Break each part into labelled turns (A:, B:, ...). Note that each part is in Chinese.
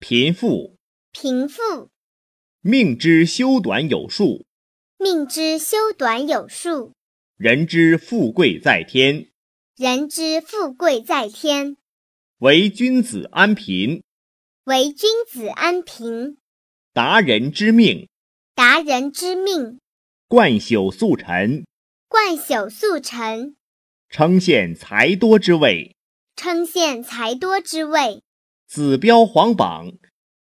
A: 贫富，
B: 贫富，
A: 命之修短有数，
B: 命之修短有数，
A: 人之富贵在天。
B: 人之富贵在天。
A: 唯君子安贫，
B: 唯君子安贫，
A: 达人之命，
B: 达人之命，
A: 贯朽速成，
B: 贯朽速成，
A: 称羡财多之位。
B: 称羡财多之位。
A: 紫标黄榜，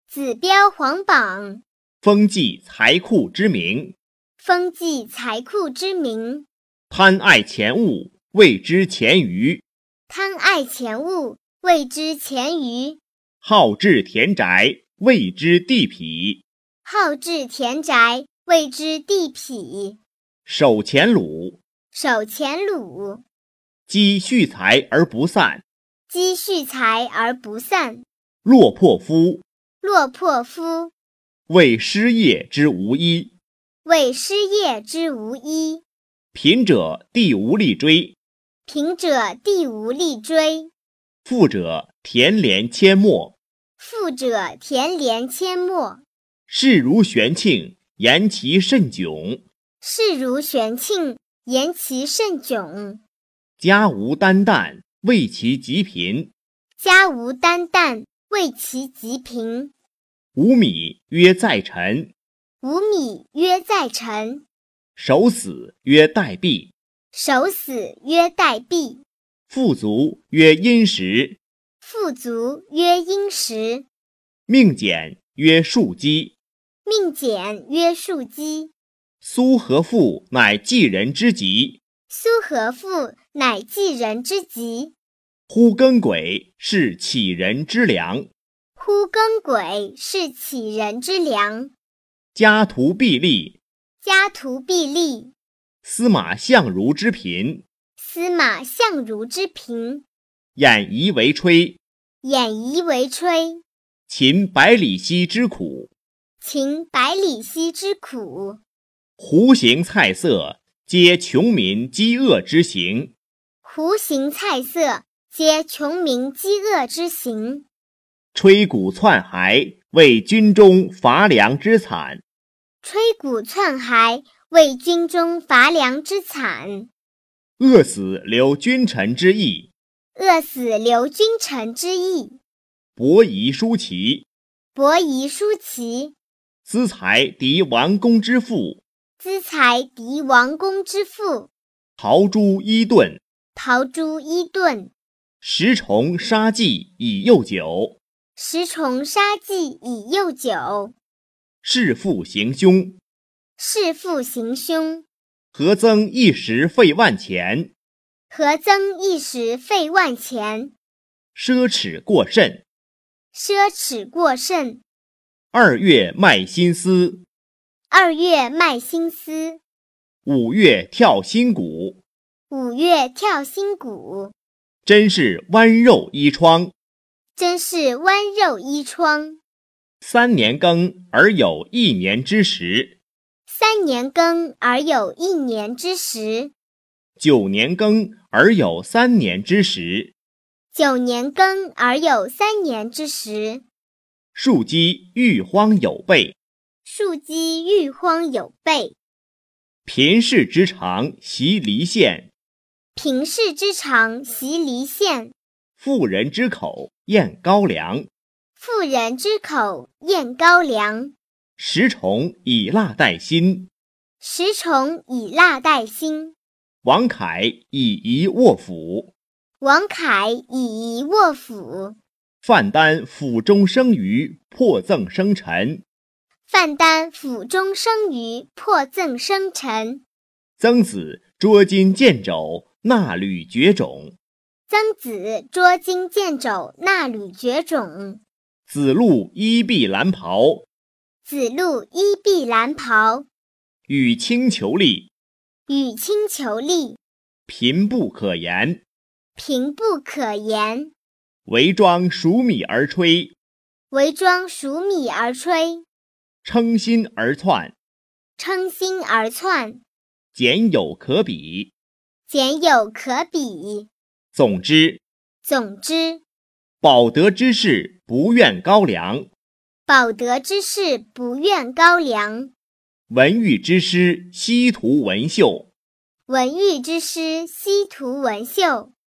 B: 紫标黄榜，
A: 风纪财库之名。
B: 风纪财库之名。
A: 贪爱钱物，谓之钱愚；
B: 贪爱钱物，谓之钱愚；
A: 好置田宅，谓之地痞；
B: 好置田宅，谓之地痞；
A: 守钱鲁，
B: 守钱鲁，
A: 积蓄财而不散；
B: 积蓄财而不散；
A: 落魄夫，
B: 落魄夫，
A: 谓失业之无依；
B: 谓失业之无依；
A: 贫者地无力追，
B: 贫者地无力追，
A: 富者田连阡陌。
B: 富者田连阡陌。
A: 世如玄罄，言其甚窘；
B: 世如玄罄，言其甚窘。
A: 家无担担，谓其极贫。
B: 家无担担，谓其极贫。
A: 无米曰在陈，
B: 无米曰在陈，
A: 守死曰待毙。
B: 守死曰待毙。
A: 富足曰殷实，
B: 富足曰殷实，
A: 命简曰庶几。
B: 命简曰庶几。
A: 苏和富乃济人之极，
B: 苏和富乃济人之极，
A: 呼耕轨是乞人之粮。
B: 呼耕轨是乞人之粮。
A: 家徒壁立，
B: 家徒壁立，
A: 司马相如之贫。
B: 司马相如之贫。
A: 偃夷为炊，
B: 偃夷为炊，
A: 秦百里奚之苦。
B: 秦百里奚之苦。
A: 胡行菜色，皆穷民饥饿之行。
B: 胡行菜色，皆穷民饥饿之行。
A: 吹鼓窜骸，为军中乏粮之惨。
B: 吹鼓窜骸，为军中乏粮之惨。
A: 饿死留君臣之意，
B: 饿死留君臣之意。
A: 伯夷叔齐。
B: 伯夷叔齐，
A: 资财敌王公之腹，
B: 资财敌王公之腹。
A: 豪猪伊顿，
B: 陶朱伊顿，
A: 十重杀计以诱酒。
B: 十重杀计以诱酒。
A: 弑父行凶，
B: 弑父行凶，
A: 何增一时费万钱。
B: 何增一时费万钱。
A: 奢侈过甚，
B: 奢侈过甚，
A: 二月卖新丝，
B: 二月卖新丝，
A: 五月跳新谷，
B: 五月跳新谷，
A: 真是弯肉衣窗。
B: 真是弯肉衣窗。
A: 三年耕而有一年之食，
B: 三年耕而有一年之食，
A: 九年耕而有三年之食。
B: 九年耕而有三年之食。
A: 庶几欲荒有备，
B: 庶几欲荒有备，
A: 贫士之长习离县，
B: 贫士之长习离县，
A: 富人之口咽高粱。
B: 富人之口咽高粱。
A: 食虫以辣代辛，
B: 食虫以辣代辛，
A: 王凯以夷卧釜。
B: 王凯以夷卧釜，
A: 范丹釜中生鱼，破赠生辰。
B: 范丹釜中生鱼，破赠生辰。
A: 曾子捉襟见肘，纳履绝种。
B: 曾子捉襟见肘，纳履绝踵。
A: 子路衣碧蓝袍，
B: 子路衣碧蓝袍，
A: 与卿裘厉，
B: 与卿裘厉，
A: 贫不可言。
B: 贫不可言。
A: 为庄黍米而炊，
B: 为庄黍米而炊，
A: 称心而窜，
B: 称心而窜，
A: 简有可比。
B: 简有可比。
A: 总之，
B: 总之，
A: 保德之士不怨高粱，
B: 保德之士不怨高粱，
A: 文玉之师，西图文秀。
B: 文玉之师，西图文秀。